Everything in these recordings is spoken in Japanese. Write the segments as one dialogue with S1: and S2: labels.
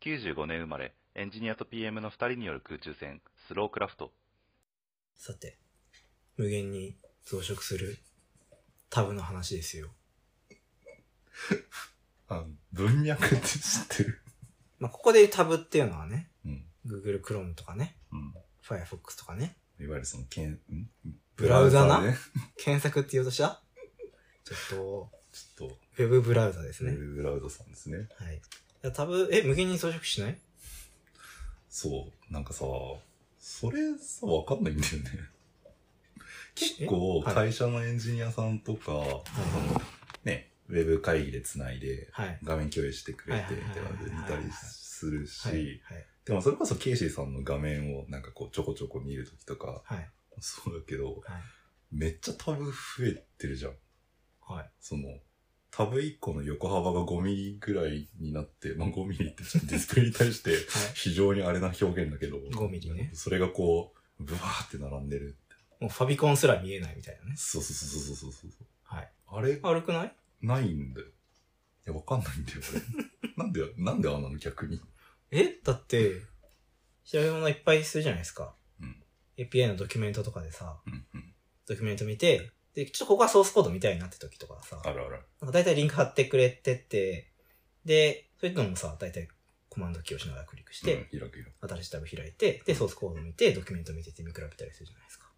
S1: 95年生まれ、エンジニアと PM の2人による空中戦、スロークラフト。
S2: さて、無限に増殖するタブの話ですよ。
S3: あ文脈って知ってる。
S2: まあ、ここでタブっていうのはね、
S3: うん。
S2: Google Chrome とかね、
S3: うん。
S2: Firefox とかね、
S3: いわゆるその、けん、ん
S2: ブラウザな
S3: ね。
S2: 検索って言おうとしたちょっと、
S3: ちょっと、
S2: ウェブブラウザです
S3: ウ
S2: ね。
S3: ェブラウザさんですね。
S2: はい。いやタブ、え、無限に増殖しない
S3: そう。なんかさ、それさ、わかんないん だよね。結構、
S2: えはい
S3: 会社のエンジニアさんとか、ね、ウェブ会議でつないで、
S2: はい。
S3: 画面共有してくれて、
S2: はい
S3: み
S2: はい
S3: たいなので見たりする
S2: はい。はい
S3: し、。でもそれこそケイシーさんの画面をなんかこうちょこちょこ見るときとか、
S2: はい。
S3: そうだけど、
S2: はい。
S3: めっちゃタブ増えてるじゃん。
S2: はい。
S3: その、タブ1個の横幅が5ミリぐらいになって、まあ5ミリってディスプレイに対して非常にあれな表現だけど、
S2: 5ミリね
S3: それがこう、ブワーって並んでる。
S2: もうファビコンすら見えないみたいなね。
S3: そうそうそうそうそうそう。
S2: はい。
S3: あれ、
S2: 悪くない
S3: ないんだよ。いや、わかんないんだよ、俺。なんで、なんであんなの逆に。
S2: えだって、調べ物いっぱいするじゃないですか。
S3: うん。
S2: API のドキュメントとかでさ、
S3: うんうん。
S2: ドキュメント見て、で、ちょっとここがソースコードみたいなって時とかさ、
S3: あるある。
S2: なんか大体リンク貼ってくれてて、で、そういうのもさ、大体コマンドキーをしながらクリックして、
S3: うん、開くよ。
S2: 新しいタブ開いて、で、ソースコード見て、ドキュメント見てて見比べたりするじゃないですか。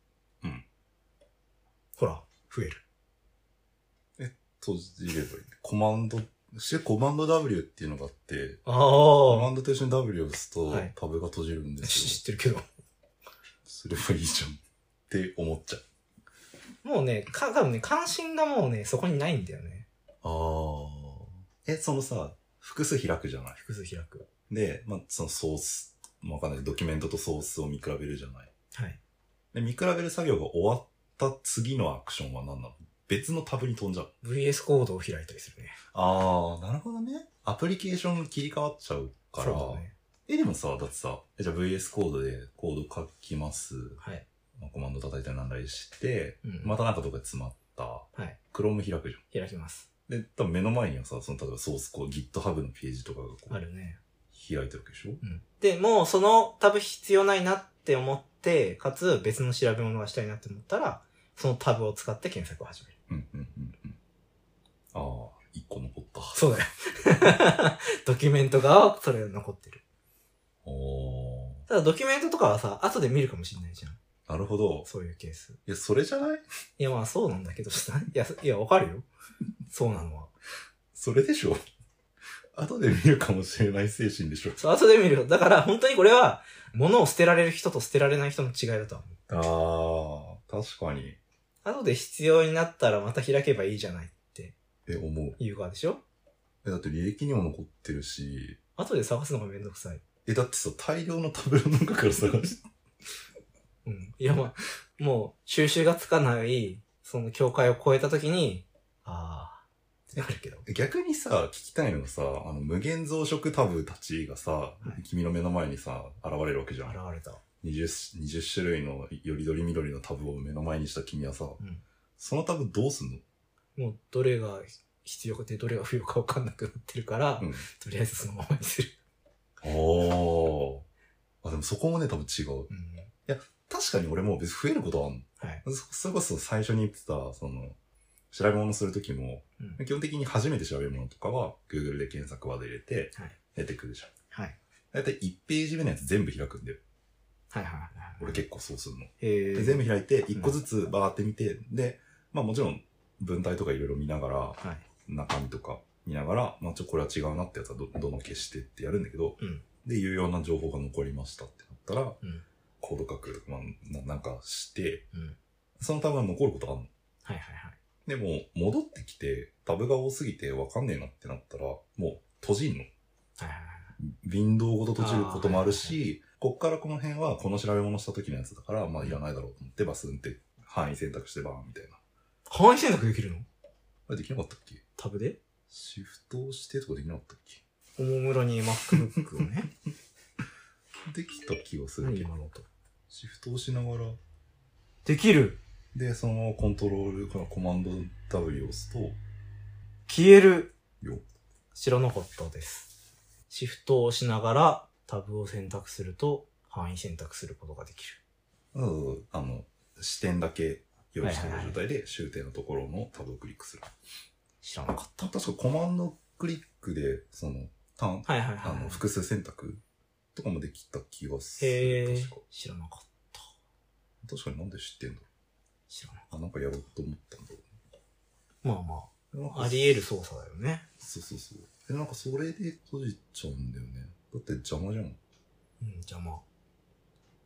S3: うん。
S2: ほら、増える。
S3: 閉じればいい。コマンド、してコマンド W っていうのがあって、
S2: あ
S3: コマ
S2: あ
S3: ンドと一緒に W を押すと
S2: はい
S3: タブが閉じるんです
S2: 知ってるけど。
S3: よ。すればいいじゃんって思っちゃう。
S2: もうね、か、多分ね、関心がもうね、そこにないんだよね。
S3: ああ。え、そのさ、複数開くじゃない
S2: 複数開く。
S3: で、まあ、そのソース、まあわかんない。ドキュメントとソースを見比べるじゃない
S2: はい。
S3: で、見比べる作業が終わった次のアクションは何なの別のタブに飛んじゃう。
S2: VS コードを開いたりするね。
S3: ああ、なるほどね。アプリケーション切り替わっちゃうから。
S2: そうだね。
S3: え、でもさ、だってさ、えじゃあ VS コードでコード書きます。
S2: はい。
S3: まあコマンド叩いたりなんだりして、
S2: うん
S3: またなんかどっかで詰まった。
S2: はい。
S3: Chrome 開くじ
S2: 開きます。
S3: ゃん。で、多分目の前にはさ、その例えばソースコード、GitHub のページとかがこう、
S2: あ
S3: 開い
S2: るね。
S3: てるわけでしょ
S2: うん。で、もうそのタブ必要ないなって思って、かつ別の調べ物がしたいなって思ったら、そのタブを使って検索を始める。
S3: うんうんうんうん。ああ、一個残った。
S2: そうだよ。 ドキュメントが、それが残ってる。
S3: お
S2: ただドキュメントとかはさ、後で見るかもしれないじゃん。
S3: ーなるほど。
S2: そういうケース。
S3: いや、それじゃない
S2: いや、まあそうなんだけどさ、 いや、いや、わかるよ。そうなのは。
S3: それでしょ 後で見るかもしれない精神でしょ
S2: そう、後で見るよ。だから本当にこれは、物を捨てられる人と捨てられない人の違いだとは思う。
S3: ああ、確かに。
S2: 後で必要になったらまた開けばいいじゃないって
S3: え、思う。
S2: いう側でしょ
S3: え、だって履歴にも残ってるし、
S2: 後で探すのがめんどくさい。
S3: え、だってさ、大量のタブの中から探して、
S2: うん。いや、まあ、もう、収集がつかない、その境界を越えた時に、あー、ってなるけど。
S3: 逆にさ、聞きたいのがさ、あの、無限増殖タブたちがさ、
S2: い
S3: 君の目の前にさ、現れるわけじゃ
S2: 現
S3: ん。
S2: れた。
S3: 20, 20種類のよりどり緑のタブを目の前にした君はさ、
S2: ん
S3: そのタブどうすんの
S2: もう、どれが必要かでどれが不要かわかんなくなってるから、
S3: うん
S2: とりあえずそのままにする。
S3: おー。あ、でもそこもね、多分違う。
S2: うん。
S3: 確かに俺も別に増えることはあんの。
S2: はい。
S3: そそれこそ最初に言ってた、その、調べ物するときも、
S2: うん
S3: 基本的に初めて調べ物とかは、Google で検索ワード入れて
S2: はい、
S3: 出てくるじゃん。
S2: はい。
S3: だいたい1ページ目のやつ全部開くんだよ。
S2: はいはいはいはい。
S3: 俺結構そうするの。
S2: え
S3: で
S2: ー、
S3: 全部開いて、1個ずつバーって見て、で、まあもちろん文体とかいろいろ見ながら、
S2: はい。
S3: 中身とか見ながら、まあちょ、これは違うなってやつはど、どの消してってやるんだけど、
S2: うん
S3: で、有用な情報が残りましたってなったら、
S2: うん
S3: コード書く、まあな、なんかして、
S2: うん
S3: そのタブが残ることあんの。
S2: はいはいはい。
S3: でも、戻ってきて、タブが多すぎてわかんねえなってなったら、もう閉じんの。
S2: はいはいはい。
S3: ウィンドウごと閉じることもある
S2: あー
S3: し、こっからこの辺はこの調べ物した時のやつだから、まあいらないだろうと思ってバスンって範囲選択してバーンみたいな。
S2: 範囲選択できるの
S3: あれできなかったっけ
S2: タブで
S3: シフトをしてとかできなかったっ
S2: おもむろに MacBook をね。
S3: けできた気がする
S2: 何
S3: けど
S2: 今。の音。
S3: シフトをしながら、
S2: できる
S3: で、そのコントロールからコマンド W を押すと、
S2: 消える
S3: よ。
S2: 知らなかったです。シフトを押しながらタブを選択すると範囲選択することができる。
S3: そうそうそうあの、視点だけ用意してる状態で終点のところのタブをクリックする。
S2: 知らなかった。
S3: 確かコマンドクリックで、その、ターン、
S2: はいはいはい。
S3: あの、複数選択とかもできた気がす
S2: へ
S3: る。
S2: え
S3: 確か。、
S2: 知らなかった。
S3: 確かになんで知ってんだろ
S2: 知らなかっ
S3: う。あ、なんかやろうと思ったんだろ
S2: た。まあま
S3: うなんか
S2: あ、あり得る操作だよね。
S3: そうそうそう。え、なんかそれで閉じちゃうんだよね。だって邪魔じゃん。
S2: うん、邪魔。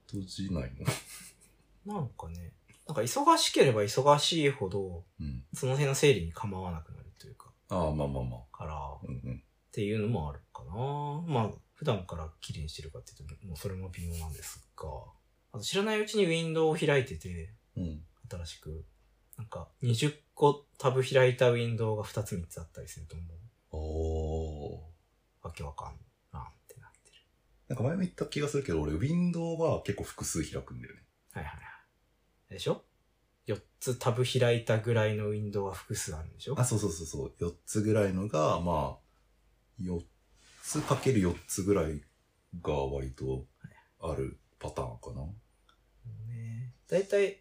S3: 閉じないの。
S2: なんかね、なんか忙しければ忙しいほど、
S3: うん。
S2: その辺の整理に構わなくなるというか、
S3: ああ、まあまあまあ。
S2: から、っ
S3: うんうん。
S2: ていうのもあるかな。まあ、普段から綺麗にしてるかっていうと、もうそれも微妙なんですが、あと知らないうちにウィンドウを開いてて、
S3: うん。
S2: 新しく、なんか20個タブ開いたウィンドウが2つ3つあったりするとも
S3: おー。
S2: う、わけわかんなんってなってる。
S3: なんか前も言った気がするけど、俺、ウィンドウが結構複数開くんだよね。
S2: はいはいはい。でしょ ?4 つタブ開いたぐらいのウィンドウは複数あるんでしょ
S3: あ、そうそうそうそう。4つぐらいのが、まあ、4つかける4つぐらいが割とあるパターンかな。
S2: ね。だいたい、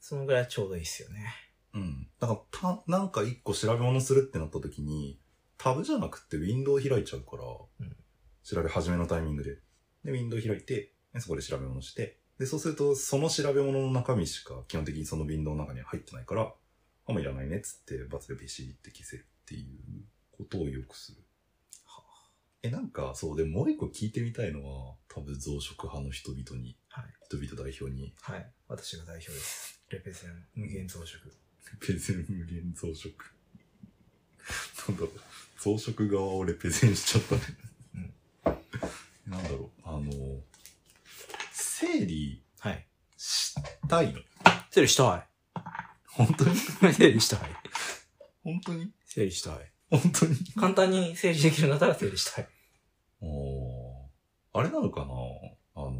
S2: そのぐらいちょうどいいっすよね。
S3: うん。なんか、た、なんか1個調べ物するってなった時に、タブじゃなくてウィンドウ開いちゃうから、
S2: うん
S3: 調べ始めのタイミングで。で、ウィンドウ開いて、でそこで調べ物して、で、そうすると、その調べ物の中身しか基本的にそのウィンドウの中には入ってないから、あ、もういらないねっつって、バツでビシって消せるっていうことをよくする。
S2: は
S3: え、なんか、そう、でもう一個聞いてみたいのは、多分増殖派の人々に、
S2: はい
S3: 人々代表に、
S2: はい。私が代表です。レペゼン無限増殖。
S3: レペゼン無限増殖。なんだろう、増殖側をレペゼンしちゃったね。なんだろう、あの、整理
S2: はい。
S3: したいの
S2: 整理した
S3: 本当に
S2: い。 整理したい。
S3: 本当に
S2: 整理したい。
S3: 本当に
S2: 簡単に整理できるんだったら整理したい。
S3: おーあれなのかなあの、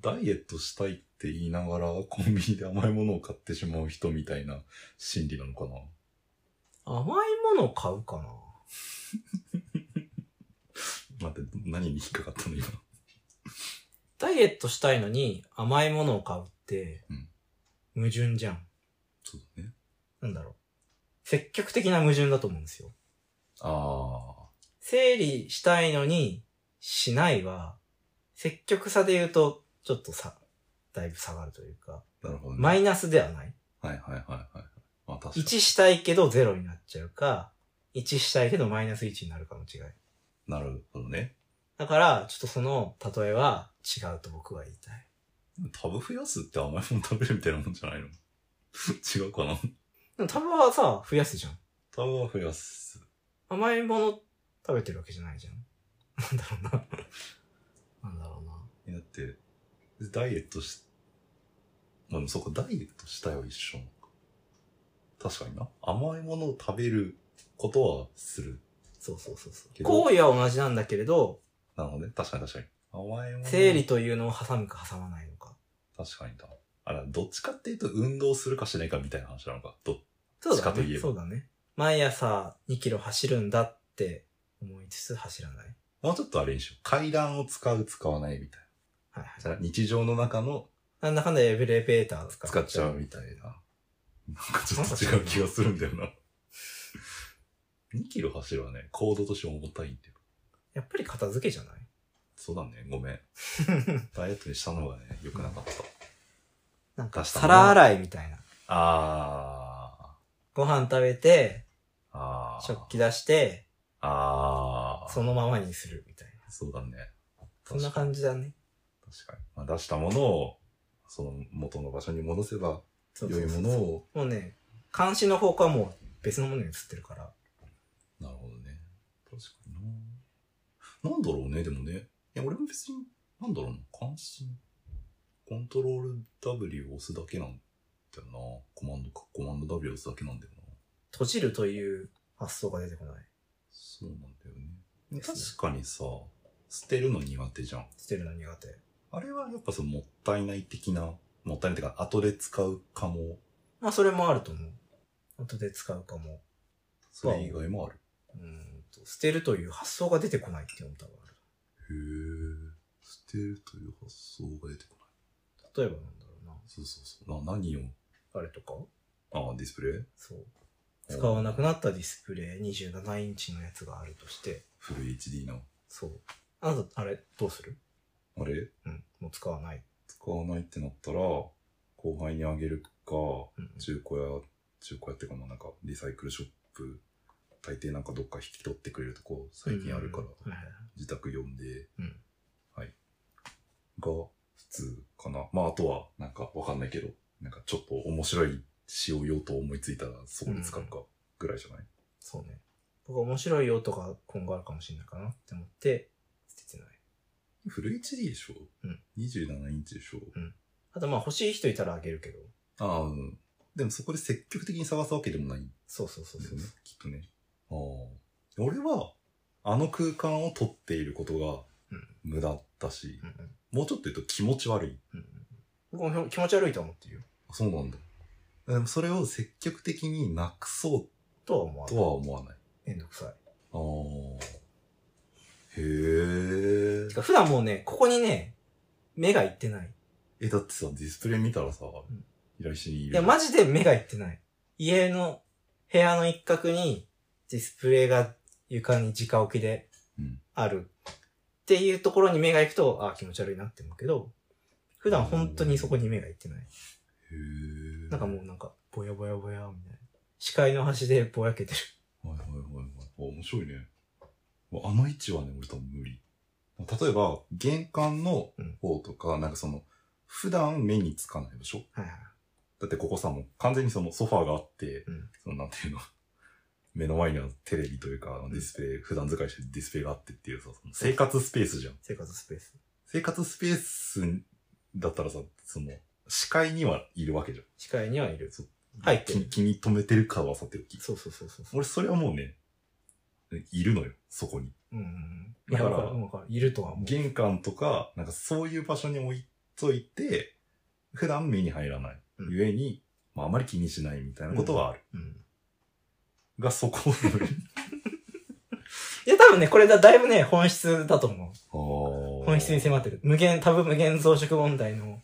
S3: ダイエットしたいって言いながらコンビニで甘いものを買ってしまう人みたいな心理なのかな
S2: 甘いものを買うかな
S3: 待って、何に引っかかったの今。
S2: ダイエットしたいのに甘いものを買うって
S3: うん、
S2: 矛盾じゃん。
S3: そうだね。
S2: なんだろう。積極的な矛盾だと思うんですよ。
S3: ああ。
S2: 整理したいのにしないは、積極さで言うと、ちょっとさ、だいぶ下がるというか、
S3: なるほどね。
S2: マイナスではない。
S3: はいはいはいはい。まあ確かに。
S2: 1したいけど0になっちゃうか、1したいけどマイナス1になるかの違い。
S3: なるほどね。
S2: だから、ちょっとその例えは違うと僕は言いたい。
S3: タブ増やすって甘いもの食べるみたいなもんじゃないの 違うかな
S2: でもタブはさ、増やすじゃん。
S3: タブは増やす。
S2: 甘いもの食べてるわけじゃないじゃん。なんだろうな。なんだろうな。
S3: えだって、ダイエットし、まあでもそうか、ダイエットしたいは一緒なのか。確かにな。甘いものを食べることはする。
S2: そうそうそうそう。
S3: けど
S2: 行為は同じなんだけれど、
S3: なので、ね、確かに確かに。甘いもの。
S2: 生理というのを挟むか挟まないのか。
S3: 確かにだ。あら、どっちかっていうと運動するかしないかみたいな話なのか。ど
S2: そう
S3: しか
S2: だ
S3: といえ
S2: ね。
S3: ば
S2: そうだね。毎朝2キロ走るんだって思いつつ走らない。
S3: もうちょっとあれにしよう。階段を使う、使わないみたい
S2: はい
S3: な。
S2: は
S3: じゃあ日常の中の
S2: い。なんだかんだエレベーター使
S3: 使っちゃうみたいな。なんかちょっと違う気がするんだよな。2キロ走るはね、行動として重たいんだよ。
S2: やっぱり片付けじゃない
S3: そうだね、ご めん。ダイエットにしたのがね、良くなかった。
S2: なんか
S3: 出した
S2: 皿洗いみたいな。
S3: あ
S2: ご飯食べて、
S3: ー。あー。
S2: 食器出して、
S3: あー。
S2: そのままにするみたいな。
S3: そうだね。
S2: そんな感じだね。
S3: じ。確かに。まあ、出したものを、その元の場所に戻せば、
S2: そうそ
S3: 良
S2: う
S3: い
S2: そう
S3: ものを。
S2: もうね、監視の方向はもう別のものに移ってるから。
S3: なるほどね。確かにな。なんだろうね、でもね。いや、俺も別に、なんだろうな、関心。コントロール W を押すだけなんだよな。コマンドか、コマンド W を押すだけなんだよな。
S2: 閉じるという発想が出てこない。
S3: そうなんだよね。
S2: ですね
S3: 確かにさ、捨てるの苦手じゃん。
S2: 捨てるの苦手。
S3: あれはやっぱそのもったいない的な、もったいないっていうか、後で使うかも、
S2: まあそれもあると思う。後で使うかも。
S3: それ以外もある。
S2: うん。と捨てるという発想が出てこないっていうのがある。
S3: へえ。捨てるという発想が出てこない。
S2: 例えばなんだろうな。
S3: そうそうそう。な、何を
S2: あれとか
S3: ああ、ディスプレイ
S2: そう。使わなくなったディスプレイ27インチのやつがあるとして、
S3: フル HD の。
S2: そう。あなた、あれ、どうする
S3: あれ
S2: うん。もう使わない。
S3: 使わないってなったら、後輩にあげるか、
S2: うん。
S3: 中古屋、中古屋っていうかもうなんかリサイクルショップ、大抵なんかどっか引き取ってくれるとこ最近あるから、
S2: うんはいはいはい
S3: 自宅呼んで、
S2: うん
S3: はい。が、普通かな。まあ、あとは、なんかわかんないけど、なんかちょっと面白い使用用途を思いついたら、そこに使うか、ぐらいじゃない、
S2: そうね。僕面白いよとか今後あるかもしれないかなって思って、捨ててない。
S3: フル HD でしょ
S2: うん。
S3: 27インチでしょ、
S2: あとまあ欲しい人いたらあげるけど。
S3: ああ、うん。でもそこで積極的に探すわけでもないん
S2: そうそうそう
S3: だ
S2: そ
S3: よ
S2: う
S3: ね。きっとね。ああ。俺は、あの空間を取っていることが
S2: うん、
S3: 無駄だし、
S2: うんうん
S3: もうちょっと言うと気持ち悪い。
S2: うんうん。僕も気持ち悪いとは思ってるよ。
S3: あそうなんだ。でもそれを積極的になくそう
S2: とは思わ
S3: と
S2: ない。
S3: は思わない。
S2: めんどくさい。
S3: あーへ
S2: て
S3: え。
S2: か普段もうね、ここにね、目がいってない。
S3: え、だってさ、ディスプレイ見たらさ、
S2: ん
S3: 依頼しにいる。
S2: いや、マジで目がいってない。家の部屋の一角にディスプレイが床に直置きで
S3: うん
S2: あるっていうところに目が行くと、ああ、気持ち悪いなって思うけど、普段本当にそこに目がいってない。
S3: へえ。
S2: なんかもうなんか、ぼやぼやぼやみたいな。視界の端でぼやけてる。
S3: はいはいはいはい。あ、面白いね。あの位置はね、俺多分無理。例えば、玄関の方とか、なんかその、普段目につかない場所
S2: はいはい。
S3: だってここさ、もう完全にそのソファーがあって、
S2: うん
S3: そのなんていうの、目の前にはテレビというか、あの
S2: ん
S3: ディスプレイ、普段使いしてるディスプレイがあってっていうさ、その生活スペースじゃん。
S2: 生活スペース。
S3: 生活スペースだったらさ、その、視界にはいるわけじゃん。
S2: 視界にはいる。
S3: そう
S2: 入って
S3: 気
S2: る。
S3: 気に留めてるかはさておき。
S2: そうそうそうそう。
S3: 俺、それはもうね、いるのよ、そこに。
S2: うんうんうん。
S3: だから
S2: いやわるわるいるとは思う。
S3: 玄関とか、なんかそういう場所に置いといて、普段目に入らない。
S2: うん
S3: ゆえに、まああまり気にしないみたいなことはある。
S2: うん。
S3: が、そこを無理。
S2: いや、多分ね、これだ、だいぶね、本質だと思う。本
S3: 本
S2: 質に迫ってる。無限、多分無限増殖問題の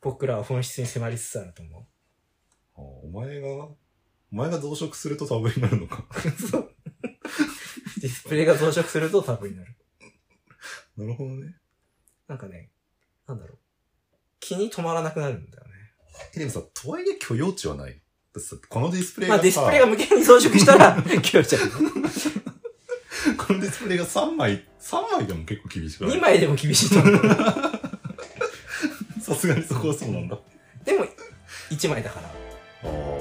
S2: 僕らは本質に迫りつつあると思
S3: あーお前が、お前が増殖すると多分になるのか。
S2: う。ディスプレイが増殖すると多分になる。
S3: なるほどね。
S2: なんかね、なんだろう。気に止まらなくなるんだよね。
S3: えでもさ、とはいえ許容値はない。だってさ、このディスプレイ
S2: ま
S3: がさ、
S2: あディスプレイが無限に増殖したら、 切れちゃう。
S3: このディスプレイが3枚、三枚でも結構厳しくない
S2: 2枚でも厳しいと思う。
S3: さすがにそこはそうなんだ。
S2: でも、1枚だから。
S3: ああ。